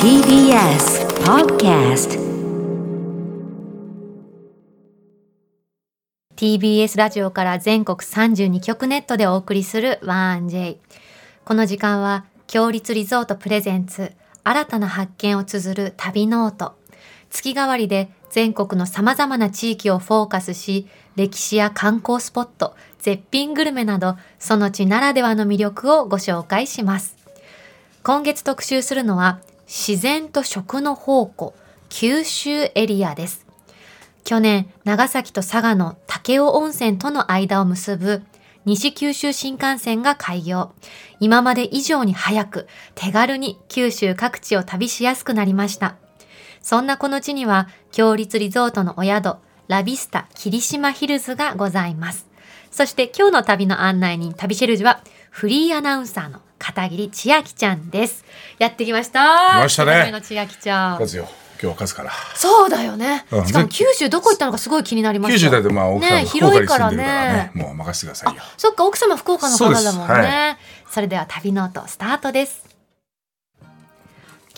TBS Podcast TBS ラジオから全国32局ネットでお送りする 1J この時間は強立リゾートプレゼンツ新たな発見を綴る旅ノート月替わりで全国のさまざまな地域をフォーカスし歴史や観光スポット絶品グルメなどその地ならではの魅力をご紹介します今月特集するのは自然と食の宝庫九州エリアです去年、長崎と佐賀の武雄温泉との間を結ぶ西九州新幹線が開業。今まで以上に早く、手軽に九州各地を旅しやすくなりました。そんなこの地には、強立リゾートのお宿、ラビスタ霧島ヒルズがございます。そして今日の旅の案内人、旅シェルジュは、フリーアナウンサーの片桐千秋ちゃんです。やってきました。来ましたね一人目の千秋ちゃん。勝つよ今日勝つからそうだよねう。んしかも九州どこ行ったのかすごい気になりました。九州だってまあ奥さんねも福岡広いにか住らんでるからねね。もう任せてくださいよそっか、奥様福岡の方だもんね。そそうですはれでは旅ノートスタートです。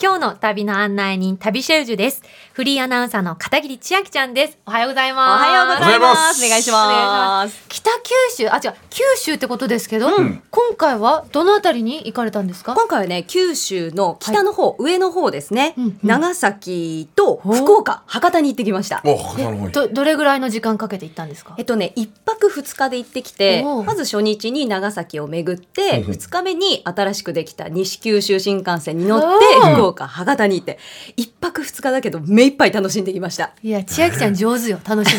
今日の旅の案内人、旅シェルジュです。フリーアナウンサーの片桐千秋ちゃんです。おはようございおます。はようございます。おお願はよいうします。北九州、あ、違う、九州ってことですけど、今回はどのあたりに行かれたんですか今回はね、九州の北の方、上の方ですね、うんうん長崎と福岡、博多に行ってきました。お博多の方にど、どれぐらいの時間かけて行ったんですかえっとね、一泊二日で行ってきて、おうまず初日に長崎を巡って、二日目に新しくできた西九州新幹線に乗って、福岡、博多に行って、一泊二日だけど、目いっぱい楽しんできました。いや、千秋ちゃん上手よ、楽し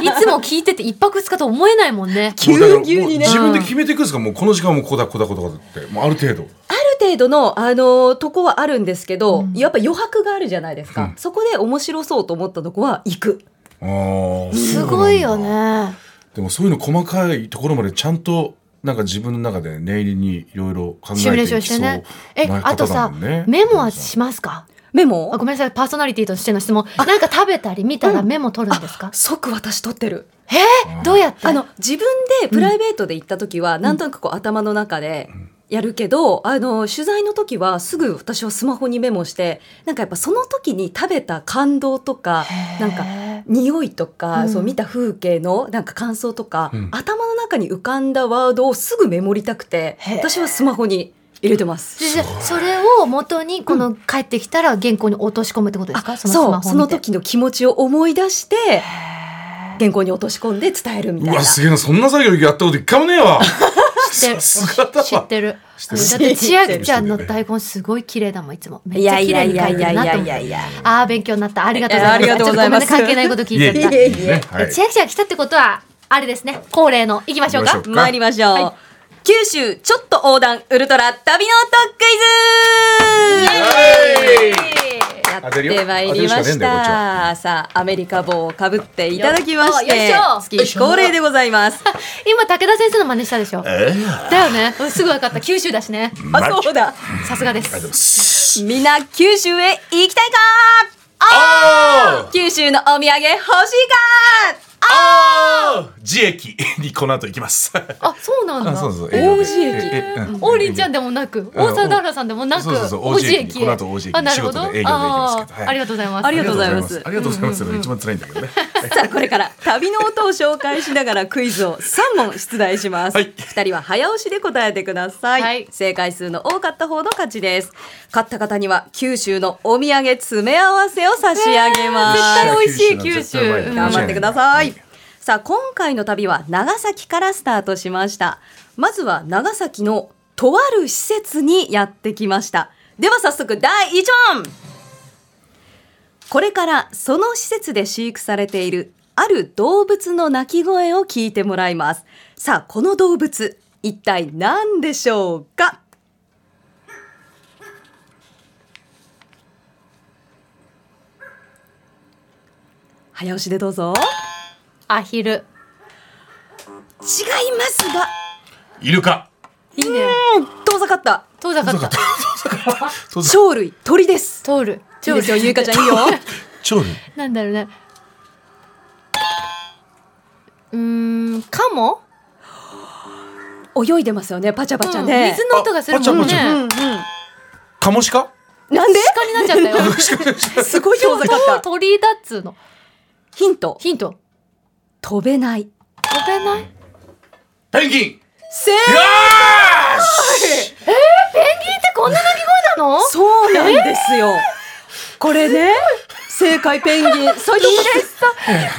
み。いつも聞いてて一泊二日と思えないもんね。ぎゅうぎゅうにねもだからもう自分で決めていくんですかもうこの時間はもうここだここだここだってもうある程度ある程度の、あのとこはあるんですけど、やっぱ余白があるじゃないですか。うんそこで面白そうと思ったとこは行く。あーすごいよそうなんだね。でもそういうの細かいところまでちゃんとなんか自分の中で念入りにいろいろ考えていきそうシミュレーションしてね。え、なあと方ださもんね、メモはしますかメモあごめんなさい、パーソナリティとしての質問。なんか食べたり見たらメモ取るんですか即私撮ってるあどうやってあの自分でプライベートで行った時は、なんとなくこう頭の中でやるけどあの取材の時はすぐ私はスマホにメモしてなんかやっぱその時に食べた感動とかへーなんか匂いとか、うんそう見た風景のなんか感想とか、うん頭の中に浮かんだワードをすぐメモりたくてへー私はスマホに入れてます。でそれを元に、この帰ってきたら原稿に落とし込むってことですかあそのスそマうホそをの見て。時の気持ちを思い出して原稿に落とし込んで伝えるみうたいなわすげえなそんな作業やったこと一回もねえわ知ってる。さすがだわ知ってる。知だってるって千秋ちゃんの大根すごい綺麗だもん、いつも。めっいちゃや綺いや麗にい書やいいてやるいなとや思っいて。やいやああ、勉強になった。ありがとうございまいす。やありがとうございますちょっとごめんね関係ないこと聞いちゃった。いえいえいえねはい千秋ちゃんが来たってことは、あれですね、恒例の、行きましょう行きかましょ。参りましょう、はい九州ちょっと横断ウルトラ旅の音クイズや当ってるよてまいりま当てるしかねえしんだよこっちたさあアメリカ帽をかぶっていただきましよてっとよいし月ょ恒例でございます今、武田先生の真似したでしょ。ええだよね。うんすぐ分かった。九州だしね。 マジあそうださすがで。ありがとうございますすみんな九州へ行きたいかあー九州のお土産欲しいかあー自駅にこの後行きます。あ、そうなんだ。あそうそうそう王子え駅ええうん。王林ちゃんでもなく、うん大沢ダ原さんでもなく、そうそうそう王王子子駅駅この後王子駅あ、なるほど。仕事で営業で行きますけどあーはいありがとうございます。ありがとうございますありがとうございます。が一番辛いんだけどね。さあこれから旅の音を紹介しながらクイズを3問出題します、はい2人は早押しで答えてください、はい正解数の多かった方の勝ちです勝った方には九州のお土産詰め合わせを差し上げます、絶対美味しい九州。うん頑張ってください。さあ、今回の旅は長崎からスタートしました。まずは長崎のとある施設にやってきました。では早速第1問これからその施設で飼育されているある動物の鳴き声を聞いてもらいます。さあ、この動物、一体何でしょうか早押しでどうぞ。アヒル。違いますが、イルカ。いいね。遠ざかった。遠ざかった。そうそう。鳥類、鳥です。通る。いいですよ、 ゆいかちゃんいいよ。チョウル。なんだろうね。うーん、カモ泳いでますよね、パチャパチャうんね。水の音がするもんあパチャパチね。うんうんカモシカなんで鹿になっちゃったよ。すごい遠ざかった。鳥だっつうの。ヒント。ヒント。飛べない。飛べない ペンギンよ正ーし解ってこんな鳴き声なのそうなんですよ。これね、正解ペンギン、最初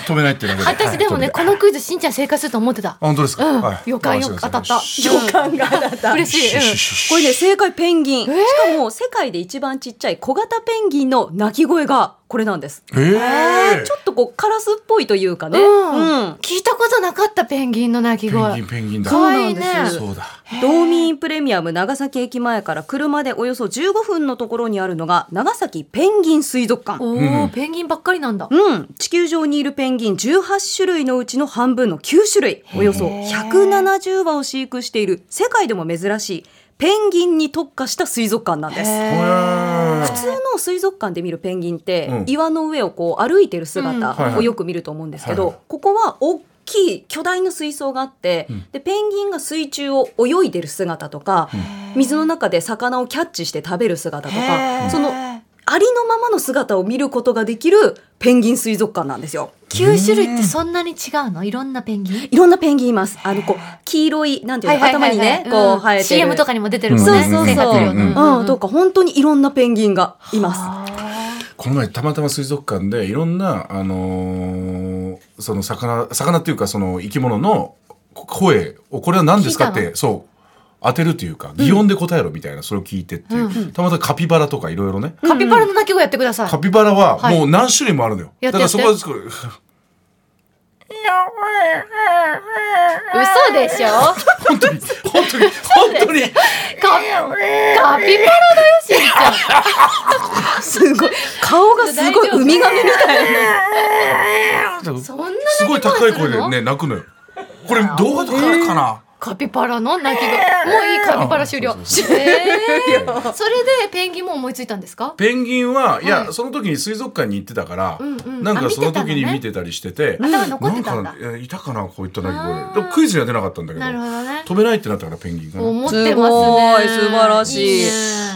止めないっていうだけ私でもね、このクイズしんちゃん正解すると思ってた。あ本当ですか、うんはい予感よ任せ当くだたさいった。予感が当たった。嬉しい。うんこれね、正解ペンギン。しかも、世界で一番ちっちゃい小型ペンギンの鳴き声がこれなんです。えー、えちょっとこう、カラスっぽいというかね。うんうん聞いたことなかったペンギンの鳴きペンギ声ン。ペンギンだかわいいねそうなんですそうだ道民プレミアム長崎駅前から車でおよそ15分のところにあるのが長崎ペンギン水族館。おうー、んペンギンばっかりなんだ。うん、地球上にいるペンギン18種類のうちの半分の9種類、およそ170羽を飼育している世界でも珍しいペンギンに特化した水族館なんです。へー普通の水族館で見るペンギンって、うん岩の上をこう歩いてるはい姿はをいよく見ると思うんですけど、はいはいここは大きい巨大な水槽があって、んでペンギンが水中を泳いでる姿とか、水の中で魚をキャッチして食べる姿とへかーそのありのままの姿を見ることができるペンギン水族館なんですよ。 9種類ってそんなに違うのいろんなペンギンいろんなペンギンいます。あのこう黄色いなんていうの、頭にね、こう生えてる。 CM とかにも出てるもんそねうそう生活そう。量のうん、とか本当にいろんなペンギンがいます。この前たまたま水族館でいろんな、あのーその魚魚っていうかその生き物の声をこれは何ですかっ聞いてそう当てるというか擬音で答えろみたいな、それを聞いてっていう、たまたまカピバラとかいろいろね、カピバラの鳴き声やってくださいカピバラははいもう何種類もあるのよ、やっだてかやらってそこはこれ嘘でしょ本当に本当に本当にカピカピバラだよしんちゃんすごい。顔がすごいウミガメみたいな。そんな鳴き声すごい高い声するでのね泣くのよこれ動画とかあるかな、カピバラの鳴き声もういいカピバラ終了あえそーそれでペンギンも思いついたんですかペンギンは、いはやその時に水族館に行ってたから、うんうんなんあかその時に見見てたりしてて、頭残ってたんなだんかいやいたかなこういったあ鳴ーき声でもクイズには出なかったんだけどなるほどね飛べないってなったからペンギンがね思ってますねすごい素晴らしいいね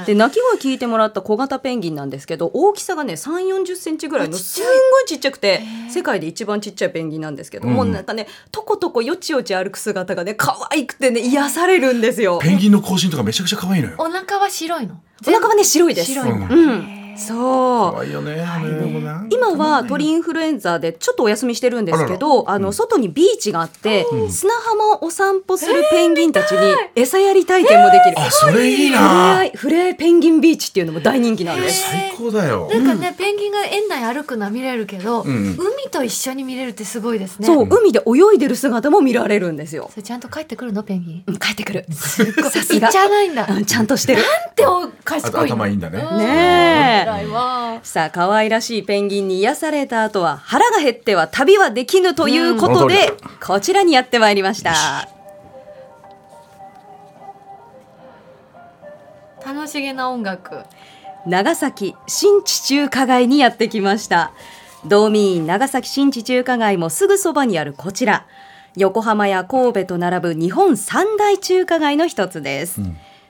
で、鳴き声聞いてもらった小型ペンギンなんですけど、大きさがね、3、40センチぐらいの、あちっすちんゃごいちっちゃくて、世界で一番ちっちゃいペンギンなんですけど、うんもうなんかね、とことこよちよち歩く姿がね、可愛くてね、癒されるんですよ。ペンギンの行進とかめちゃくちゃ可愛いのよお腹は白いのお腹はね、白いです。白いのうん。そう。可愛いよねあれもな今は鳥インフルエンザでちょっとお休みしてるんですけどあの外にビーチがあって、砂浜をお散歩するペンギンたちに餌やり体験もできる、あそれいふいれあないふれあいペンギンビーチっていうのも大人気なんです。最高だよなんかね、ペンギンが園内歩くのは見れるけど、んうん海と一緒に見れるってすごいですね。そう、海で泳いでる姿も見られるんですよ。それちゃんと帰ってくるのペンギン。うん帰ってくる。さす行がっち。ゃないんだ。なうんんちゃんとしてる。てお賢あいとの。頭いいんだねうんね偉え。いわさあ、可愛らしいペンギンに癒された後は、腹が減っては旅はできぬということで、うんこちらにやってまいりました。楽しげな音楽。長崎新地中華街にやってきました道民院長崎新地中華街もすぐそばにあるこちら横浜や神戸と並ぶ日本三大中華街の一つです、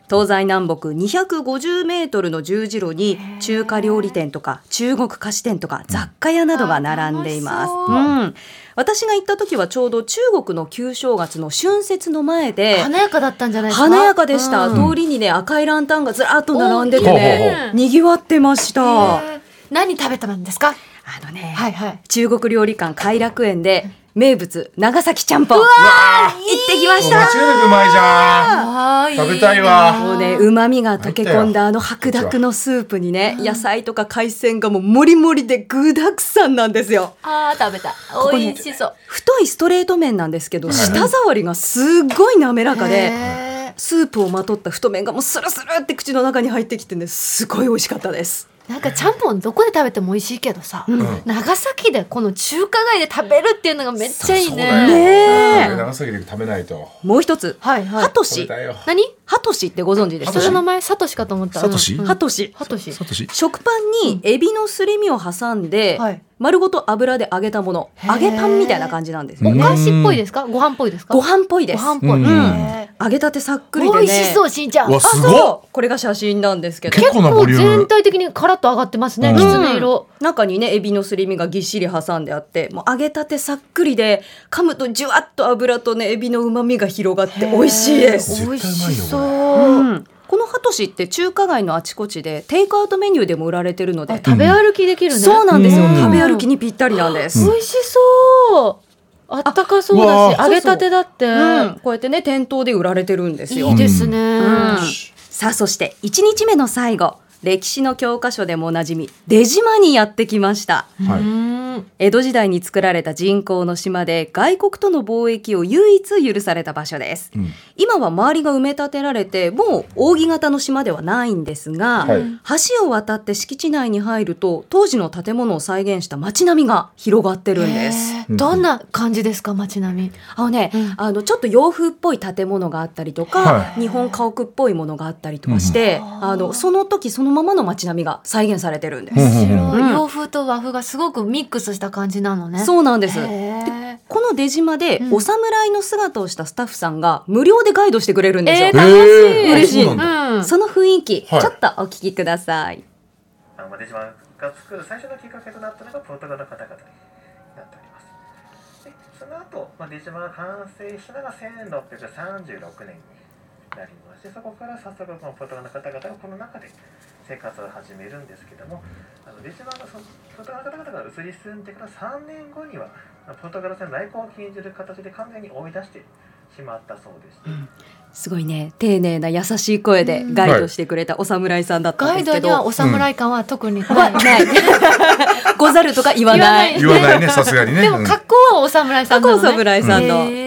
東西南北250メートルの十字路に中華料理店とか中国菓子店とか雑貨屋などが並んでいます。あ楽しそううん、私が行った時はちょうど中国の旧正月の春節の前で、華やかだったんじゃないですか。華やかでした、うん通りにね赤いランタンがずらっと並んでておーいいねねにぎわってましたあへえ何食べたんですか。のね、はいはい。中国料理館偕楽園で名物長崎ちゃんぽん行ってきましもう間た違いなくうまいじゃんあー食べたいわなもうね、うまみが溶け込んだあの白入ったよ濁のスープにね、野菜とか海鮮がもうもりもりで具だくさんなんですよ。あー食べたこ。ね美味しそう。太いストレート麺なんですけど、はい舌触りがすごい滑らかで、へえスープをまとった太麺がもうスルスルって口の中に入ってきてね、すごい美味しかったです。なんかちゃんぽんどこで食べても美味しいけどさ、長崎でこの中華街で食べるっていうのがめっちゃいいそうだね。よねえやっぱり長崎で食べないともう一つ、はいはいハト食べシ。たいよ何？ハトシってご存知ですハト人シのか名前サトシかと思ったサトシうんハトシハトシサトシ食パンにエビのすり身を挟んで、はい丸ごと油で揚げたものへー揚げパンみたいな感じなんですうおん菓子っぽいですかご飯っぽいですかご飯っぽいですご飯っぽい、うんへ揚げたてさっくーりでね美味しそうしんちゃんうわあすごそうこれが写真なんですけど結構なボリューム全体的にカラッと上がってますね、うんきつね色中にねエビのすり身がぎっしり挟んであってもう揚げたてさっくりで噛むとじゅわっと油とねエビのうまみが広がって美味しいです、絶対うま美いよ味しそううん、このハトシって中華街のあちこちでテイクアウトメニューでも売られてるのあで食べ歩きできるね、そうなんですよ、うん食べ歩きにぴったりなんです、美味しそうあったかそうあだうしわ揚げたてだって、うん、こうやってね店頭で売られてるんですよいいですね、。うんさあそして1日目の最後歴史の教科書でもおなじみ出島にやってきましたはいうん江戸時代に作られた人工の島で外国との貿易を唯一許された場所ですうん今は周りが埋め立てられてもう扇形の島ではないんですが、はい橋を渡って敷地内に入ると当時の建物を再現した街並みが広がってるんです。へーどんな感じですか街並みあのね、うんあのちょっと洋風っぽい建物があったりとか、は日本家屋っぽいものがあったりとかして、うんあのその時そのままの街並みが再現されてるんです。うん面白い、うん洋風と和風がすごくミックスした感じなのねうそうなんです。えこの出島でうんお侍の姿をしたスタッフさんが無料でガイドしてくれるんですよー、。え楽しい、えー嬉しいそうなんだうんその雰囲気、はいちょっとお聞きください。あの出島が作る最初のきっかけとなったのがポルトガルの方々になっておりますでその後、まあ出島が完成したのが1636年になりましてそこから早速このポルトガルの方々がこの中で生活を始めるんですけどもあの出島がそポルトガルの方々が移り住んでから3年後にはあのポルトガル戦来航を禁じる形で完全に追い出してしまったそうでして、すごいね、丁寧な優しい声でガイドしてくれたお侍さんだったんガでイすけドど。にはお侍感は特にない、ない。 ござるとか言わない。言言わないねさすがにね。でもうん格好はお侍さ過んなの去ね侍さんの。へ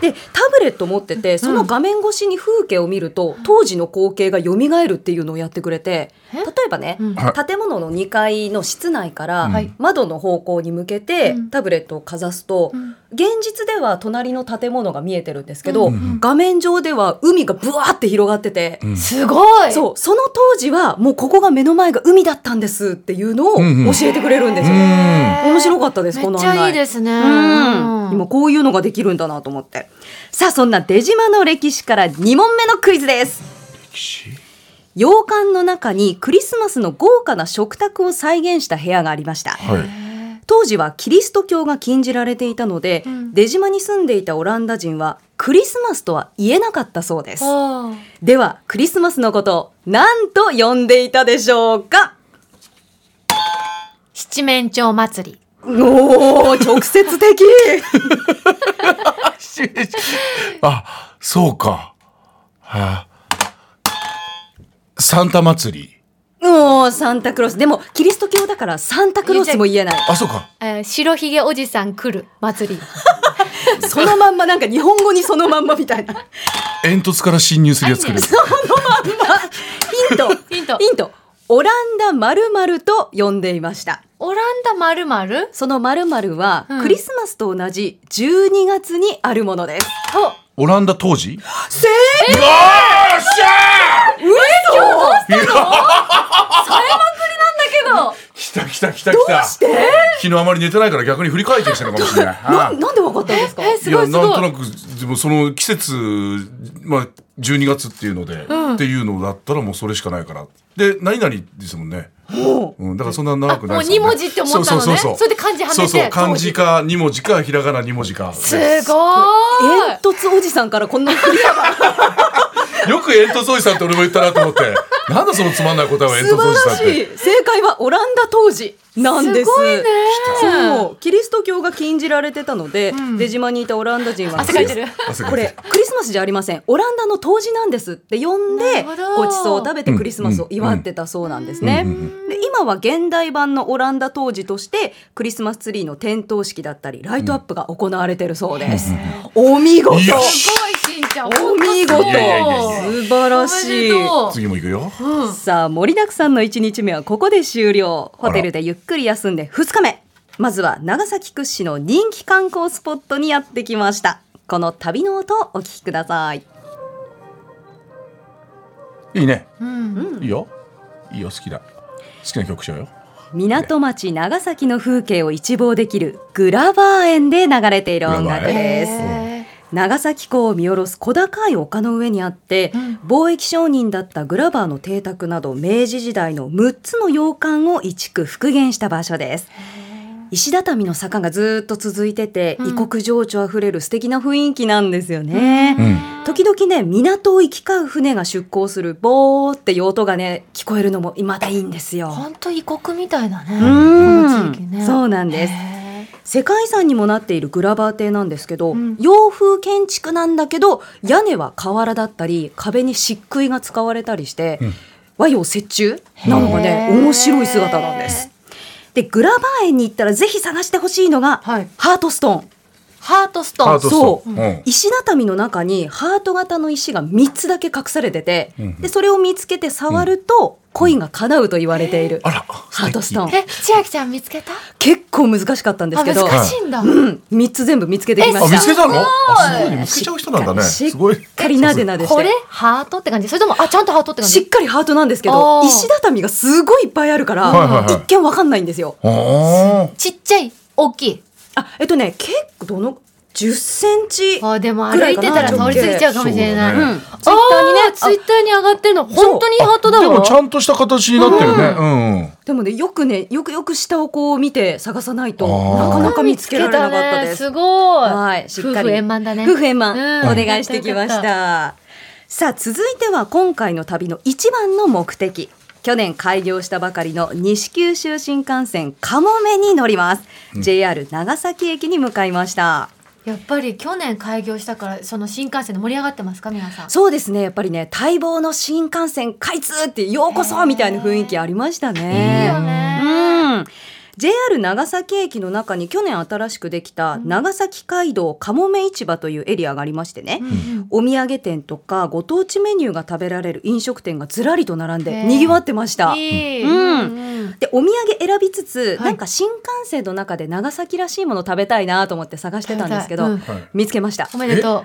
で、タブレット持ってて、その画面越しに風景を見ると、当時の光景が蘇るっていうのをやってくれて、え例えばね、うんは建物の2階の室内からはい窓の方向に向けてうんタブレットをかざすと、うん現実では隣の建物が見えてるんですけど、うんうん画面上では海がブワーって広がってて、うんーすごいそう、その当時はもうここが目の前が海だったんですっていうのを教うんうんえてくれるんですよ。うん面白かったです、めこっのち案ゃ内。いいですね、うん、今こういうのができるんだなと思ってさあそんな出島の歴史から2問目のクイズです洋館の中にクリスマスの豪華な食卓を再現した部屋がありましたはい。当時はキリスト教が禁じられていたので、うん出島に住んでいたオランダ人はクリスマスとは言えなかったそうですあではクリスマスのことを何と呼んでいたでしょうか七面鳥祭りおー直接 的あそうか。はあ。サンタ祭り。もうサンタクロースでもキリスト教だからサンタクロースも言えないあそうか。えー白ひげおじさん来る祭りそのまんまなんか日本語にそのまんまみたい な。煙突から侵入するやつ来る。そのまんま。ヒント。ヒントヒント。オランダまるまると呼んでいました。オランダまるまるそのまるまるはうんクリスマスと同じ12月にあるものです。オランダ当時。正うわーよっしゃー。来た来た来た来た。どうして？昨日あまり寝てないから逆に振り返ってきたのかもしれない。ああ解。なんでわかったんですか。えすごいすやなんとごないくでもその季節まあ12月っていうので、っていうのだったらもうそれしかないからで何々ですもんね、うん、だからそんな長くないですよあもう二文字って思ったのねそうそうそううそれで漢字はめてそうそう漢字か二文字かひらがな二文字かすねごい煙突おじさんからこんな振り幅。よく煙突おじさんって俺も言ったなと思ってなんだそのつまんない答えは煙素突お晴じさんらっしてい。正解はオランダ当時なんです。すごいねそう。キリスト教が禁じられてたので、出島にいたオランダ人は汗かいてる汗かいこてるれクリスマスじゃありませんオランダの冬至なんですって呼んなでるほどごちそうを食べてクリスマスを祝ってたそうなんですね。うんうんで今は現代版のオランダ冬至としてクリスマスツリーの点灯式だったりライトアップが行われてるそうです。お見事いやすごいしんちゃんお見事本当すごいいやいやいやいや素晴らしい。おめでとう次も行くよさあ盛りだくさんの1日目はここで終了ホテルでゆっくり休んで2日目まずは長崎屈指の人気観光スポットにやってきましたこの旅の音をお聞きくださいいいねうん。うんいいよいいよ好きだ好きな曲しようよ港町長崎の風景を一望できるグラバー園で流れている音楽でへすー長崎港を見下ろす小高い丘の上にあって、うん貿易商人だったグラバーの邸宅など明治時代の6つの洋館を移築復元した場所です石畳の坂がずーっと続いてて、うん異国情緒あふれる素敵な雰囲気なんですよね、うん時々ね港を行き交う船が出港するボーっていう音がね聞こえるのもまたいいんですよ本当異国みたいだね。うこの地域ん、ねそうなんですへ世界遺産にもなっているグラバー邸なんですけど、うん洋風建築なんだけど屋根は瓦だったり壁に漆喰が使われたりして、うん和洋折衷なのがねへー面白い姿なんです。でグラバー園に行ったらぜひ探してほしいのが、はいハートストーン。ーハートストーハーン。トストそーうンうん石畳の中にハート型の石が3つだけ隠されてて、うんうんでそれを見つけて触ると恋が叶うと言われている、あらハートストーンえ、千秋ちゃん見つけた？結構難しかったんですあ、けど、難しいんだ。うん、3つ全部見つけてきまあした見つけたのあすごいすごいね見つけちゃう人なんだねしっすごいかりなでなでしてこれハートって感じ？それともあ、ちゃんとハートって感しじっ？かりハートなんですけあどー石畳がすごいいっぱいあるから、はいはいはい一見わかんないんですよあちっちゃい、大きい。あえっとね結構どの10センチあ、でも歩いてたら通り過ぎちゃうかもしれない。そうだうねんツイッターにね、ツイッターに上がってるの本当にハートだあわ。でもちゃんとした形になってるねうんうんでもねよくねよくよく下をこう見て探さないとあなーかなか見つけられなかったです見つけねすごい。はいしっかり夫婦円満だね。夫婦円満、うんお願いしてきましよかったたさあ続いては今回の旅の一番の目的去年開業したばかりの西九州新幹線かもめに乗ります、JR 長崎駅に向かいましたやっぱり去年開業したから、その新幹線で盛り上がってますか、皆さん。そうですねやっぱりね待望の新幹線開通ってようこそみたいな雰囲気ありましたいいよね。うね。ん JR 長崎駅の中に去年新しくできた長崎街道かもめ市場というエリアがありましてね、お土産店とかご当地メニューが食べられる飲食店がずらりと並んへでーにぎわってました。いい。うんうんでお土産選びつつ、はいなんか新幹線の中で長崎らしいもの食べたいなと思って探してたんですけど、食べはい見つけましたおめでとう。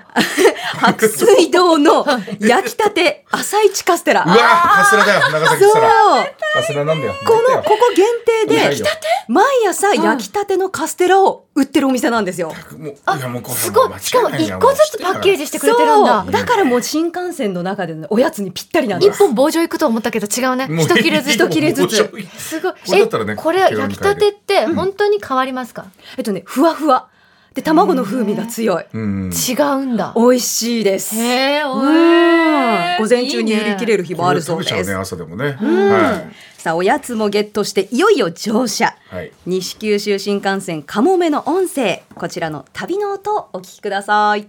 白水堂 の焼きたて朝市カステラ。うわカステラだよ長崎そうカステラカステラなんだよこのここ限定いやでいや毎朝焼きたてのカステラを売ってるお店なんですよ。もういやもうこれすごい。しかも間違いない一よ個ずつパッケージしてくれてるんだそう。だからもう新幹線の中でのおやつにぴったりなんで一す。本棒状いくと思ったけど違うね。もう一切れずもうつ。切れずつもう面白いすごい。これだったらねえこれ手軽に焼き買えたるてって本当に変わりますか？えっとねふわふわで卵の風味が強い。うん違うんだ。美味しいです。へうんえ、お午え。前中に売り切れる。る日もあるそうこれ食べでちゃすうね。朝でもねうんはさあおやつもゲットしていよいよ乗車。いはい西九州新幹線かもめの音声こちらの旅の音をお聞きください。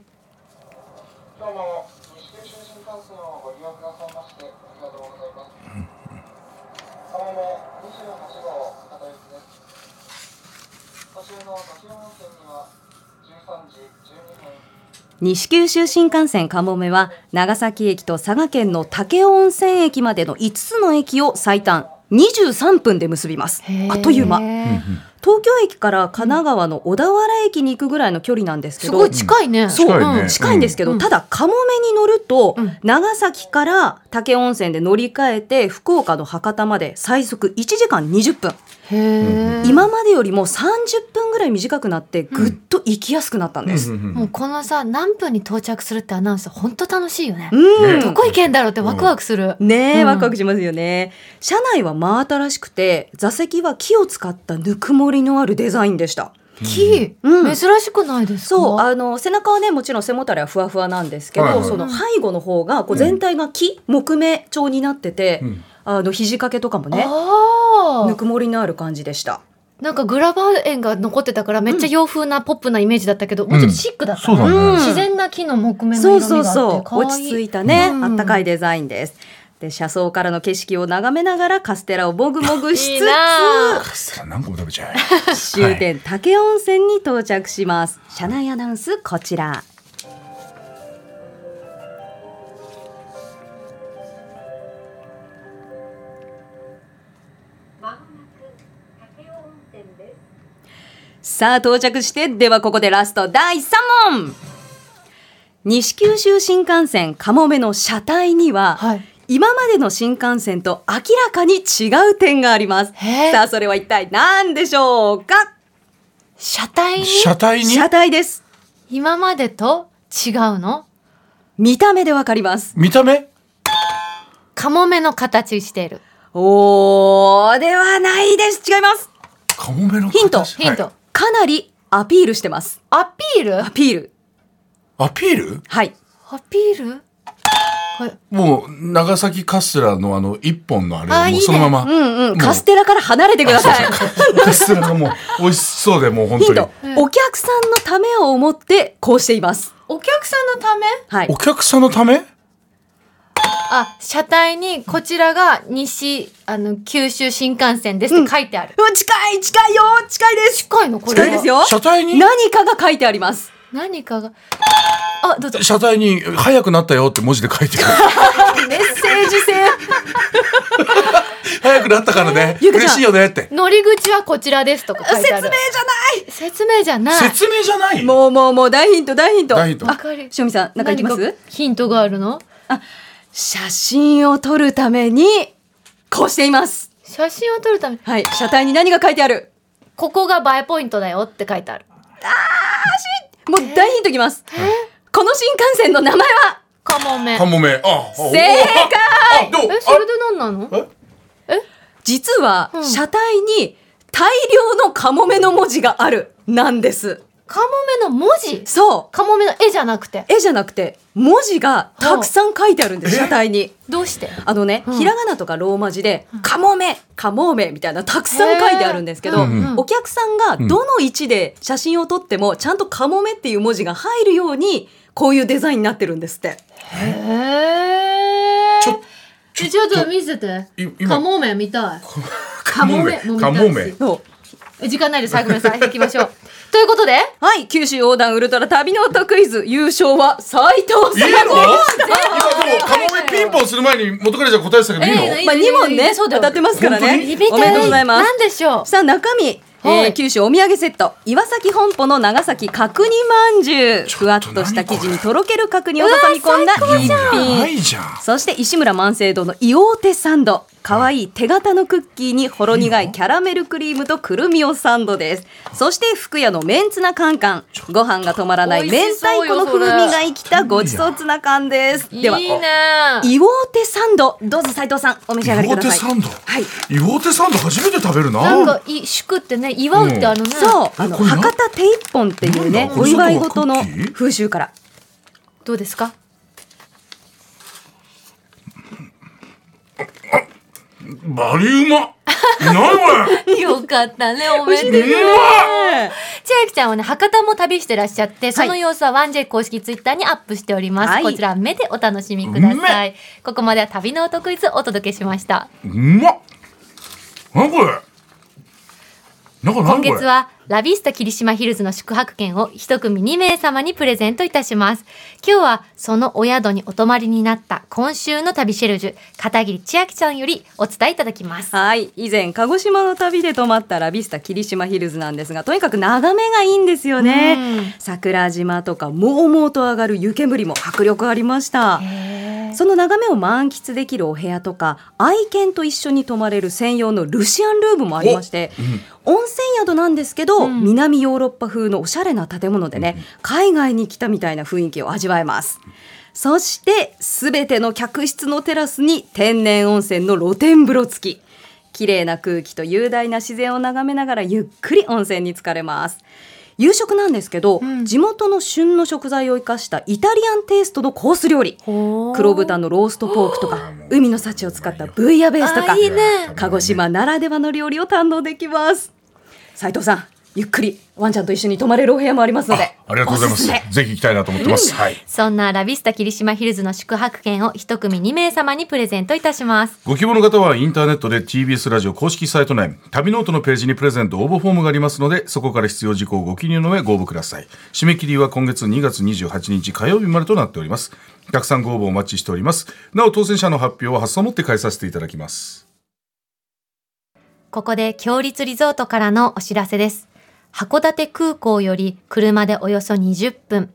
どうも、西九州新幹線をご利用くださいまして、ありがとうございます。かもめ28号、片行きです。途中の途中温泉には、13時12分。西九州新幹線かもめは長崎駅と佐賀県の武雄温泉駅までの5つの駅を最短23分で結びますあっという間間。東京駅から神奈川の小田原駅に行くぐらいの距離なんですけすどごい近いね。そう近いねうん近いんですけど、うんただかもめに乗ると、うん長崎から武雄温泉で乗り換えて福岡の博多まで最速1時間20分、へえ。今までよりも30分ぐらい短くなってぐっと行きやすくなったんです、うんうんうんもうこのさ何分に到着するってアナウンス本当楽しいよね。うんどこ行けんだろうってワクワクする。ねえ、うんワクワクしますよね。車内は真新しくて、座席は木を使ったぬくもりのあるデザインでした。木、うん珍しくないですか。そう、あの、背中はね、もちろん背もたれはふわふわなんですけど、はいはいその背後の方が、こう全体が木、木目調になってて、うんあの、肘掛けとかもね、あぬーくもりのある感じでした。なんかグラバー園が残ってたからめっちゃ洋風なポップなイメージだったけど、もうちょっとシックだったそうね、だうんね自然な木の木目のそう色そう味があっそてう可落愛ちい着いたね、うんあったかいデザインですで車窓からの景色を眺めながらカステラをもぐもぐしついついなあカステラ何個も食べちゃ う終点武雄温泉に到着します車内アナウンスこちらさあ到着してではここでラスト第3問西九州新幹線かもめの車体には、はい今までの新幹線と明らかに違う点がありますへえさあそれは一体何でしょうか車体に車体に車体です今までと違うの見た目でわかります見た目カモメの形している。おーではないです違いますカモメの形ヒントヒント。はいかなりアピールしてますアピールアピールアピールはいアピールこれもう長崎カステラのあの一本のあれあをもういねそのままうんうもんカステラから離れてくださいカステラがもう美味しそうでもう本ヒ当ントに、お客さんのためを思ってこうしています。お客さんのためはいお。客さんのためあ、車体にこちらが西、あの、九州新幹線ですって書いてある。うわ近い近いよ近いです近いのこれは近いですよ車体に何かが書いてあります。何かが。あ、どうぞ。車体に「早くなったよ」って文字で書いて あるメッセージ性。早くなったからねゆうかちゃん嬉しいよねって乗り口はこちらですとか書い説てあ明じゃるな。説明じゃない。説明じゃないい。もうもうもう大ヒント大ヒント。大ヒントあわかりしおみさんなんかいきます何か？ヒントがあるの写真を撮るためにこうしています。写真を撮るため、はい。車体に何が書いてある？ここが映えポイントだよって書いてある。もう大ヒントいきます。この新幹線の名前はカモメカ。モメあ正正解どうえ、それで何なのあ実はうん車体に大量のカモメの文字があるなんです。カモメの文字そう。カモメの絵じゃなくて。絵じゃなくて文字がたくさん書いてあるんですはあ車体に。どうしてあのね、うんひらがなとかローマ字で「カモメ」「カモメ」みたいなたくさん書いてあるんですけへど、ーうんうんお客さんがどの位置で写真を撮ってもちゃんと「カモメ」っていう文字が入るようにこういうデザインになってるんですって。へーちょえちょっと見せてい。今カモメ見たい。カモメも見たカいしモメそうえ時間ないです。はい、ごめんなさい。行きましょう。ということで、はい九州横断ウルトラ旅の音クイズ優勝は斉藤いいのさん今でもカモメピンポンする前に元彼ちゃん答えてたけどいいの、ええまあ、2問ねそうだ当よたってますからね本当におめでとうございます。なんでしょう。さあ中身、はえいー九州お土産セット岩崎本舗の長崎角煮まんじゅうふわっとした生地にとろける角煮を挟み込んだ一な品いじゃんそして石村万世堂の硫黄手サンド可愛い手形のクッキーにほろ苦いキャラメルクリームとくるみをサンドですそして福屋のメンツナカンカンご飯が止まらない美味明し太そう子のよ風味が生きたごちそうツナ缶ですではいいなぁ硫黄手サンドどうぞ斉藤さんお召し上がりく岩だ手さいサンドはい岩手サンド初めて食べるななんか、い、祝ってね、祝うってあのね。そう、あのこれな博多手一本っていうなんねだ、こおれ祝い事のクッキー風習から。どうですかバリうま何これよかった ね、おめでとう。美味しいですね千秋ちゃんはね、博多も旅してらっしゃって、その様子は 1J 公式ツイッターにアップしております。はいこちら、目でお楽しみくだうめさい。ここまでは旅のお得意ズお届けしました。うまっ何これなんか今何こ月れはラビスタ霧島ヒルズの宿泊券を一組2名様にプレゼントいたします今日はそのお宿にお泊まりになった今週の旅シェルジュ片桐千秋ちゃんよりお伝えいただきますはい、以前鹿児島の旅で泊まったラビスタ霧島ヒルズなんですが、とにかく眺めがいいんですよね。桜島とかもうもうと上がる湯煙も迫力ありました。その眺めを満喫できるお部屋とか愛犬と一緒に泊まれる専用のルシアンルームもありまして、温泉宿なんですけど、南ヨーロッパ風のおしゃれな建物でね、海外に来たみたいな雰囲気を味わえます。そしてすべての客室のテラスに天然温泉の露天風呂付き。綺麗な空気と雄大な自然を眺めながらゆっくり温泉に浸かれます。夕食なんですけど、地元の旬の食材を生かしたイタリアンテイストのコース料理黒豚のローストポークとか海の幸を使ったブイヤベースとかあいいね鹿児島ならではの料理を堪能できます斉藤さんゆっくりワンちゃんと一緒に泊まれるお部屋もありますのでありがとうございますおすすめぜひ行きたいなと思ってます、はいそんなラビスタ霧島ヒルズの宿泊券を一組2名様にプレゼントいたしますご希望の方はインターネットで TBS ラジオ公式サイト内旅ノートのページにプレゼント応募フォームがありますのでそこから必要事項をご記入の上ご応募ください締め切りは今月2月28日火曜日までとなっておりますたくさんご応募お待ちしておりますなお当選者の発表は発送をもって返させていただきますここで強立リゾートからのお知らせです。函館空港より車でおよそ20分、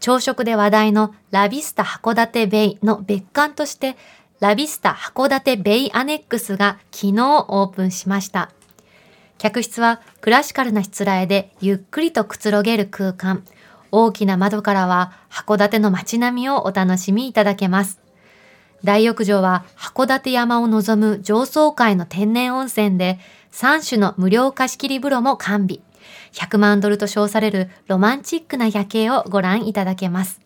朝食で話題のラビスタ函館ベイの別館として、ラビスタ函館ベイアネックスが昨日オープンしました。客室はクラシカルなしつらえでゆっくりとくつろげる空間。大きな窓からは函館の街並みをお楽しみいただけます。大浴場は函館山を望む上層階の天然温泉で3種の無料貸し切り風呂も完備。100万ドルと称されるロマンチックな夜景をご覧いただけます。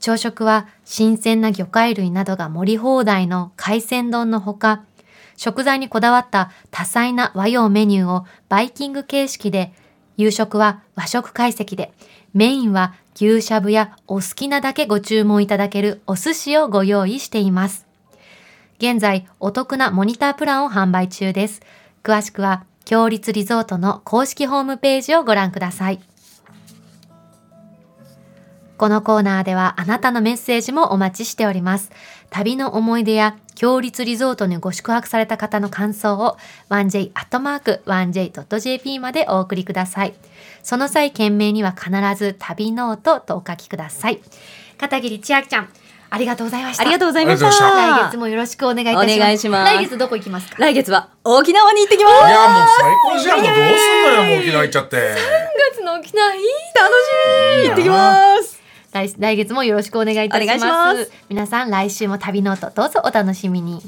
朝食は新鮮な魚介類などが盛り放題の海鮮丼のほか、食材にこだわった多彩な和洋メニューをバイキング形式で、夕食は和食懐石で、メインは牛しゃぶやお好きなだけご注文いただけるお寿司をご用意しています。現在、お得なモニタープランを販売中です。詳しくは、強立リゾートの公式ホームページをご覧ください。このコーナーではあなたのメッセージもお待ちしております。旅の思い出や、強立リゾートにご宿泊された方の感想を 1j.1j.jp までお送りください。その際、件名には必ず旅ノートとお書きください。片桐千秋ちゃん、ありがとうございました。ありがとうございましありがとうござい来た月。もよろしくお願いいたしまおす。願いします来月どこ行きますか来月は沖縄に行ってきまいやす。もう最高じゃんもうどうすんのよもう沖縄行っちゃって9月の沖縄いい楽しみ行ってきます。来来月もよろしくお願いいたしまお願すいします皆さん来週も旅ノートどうぞお楽しみに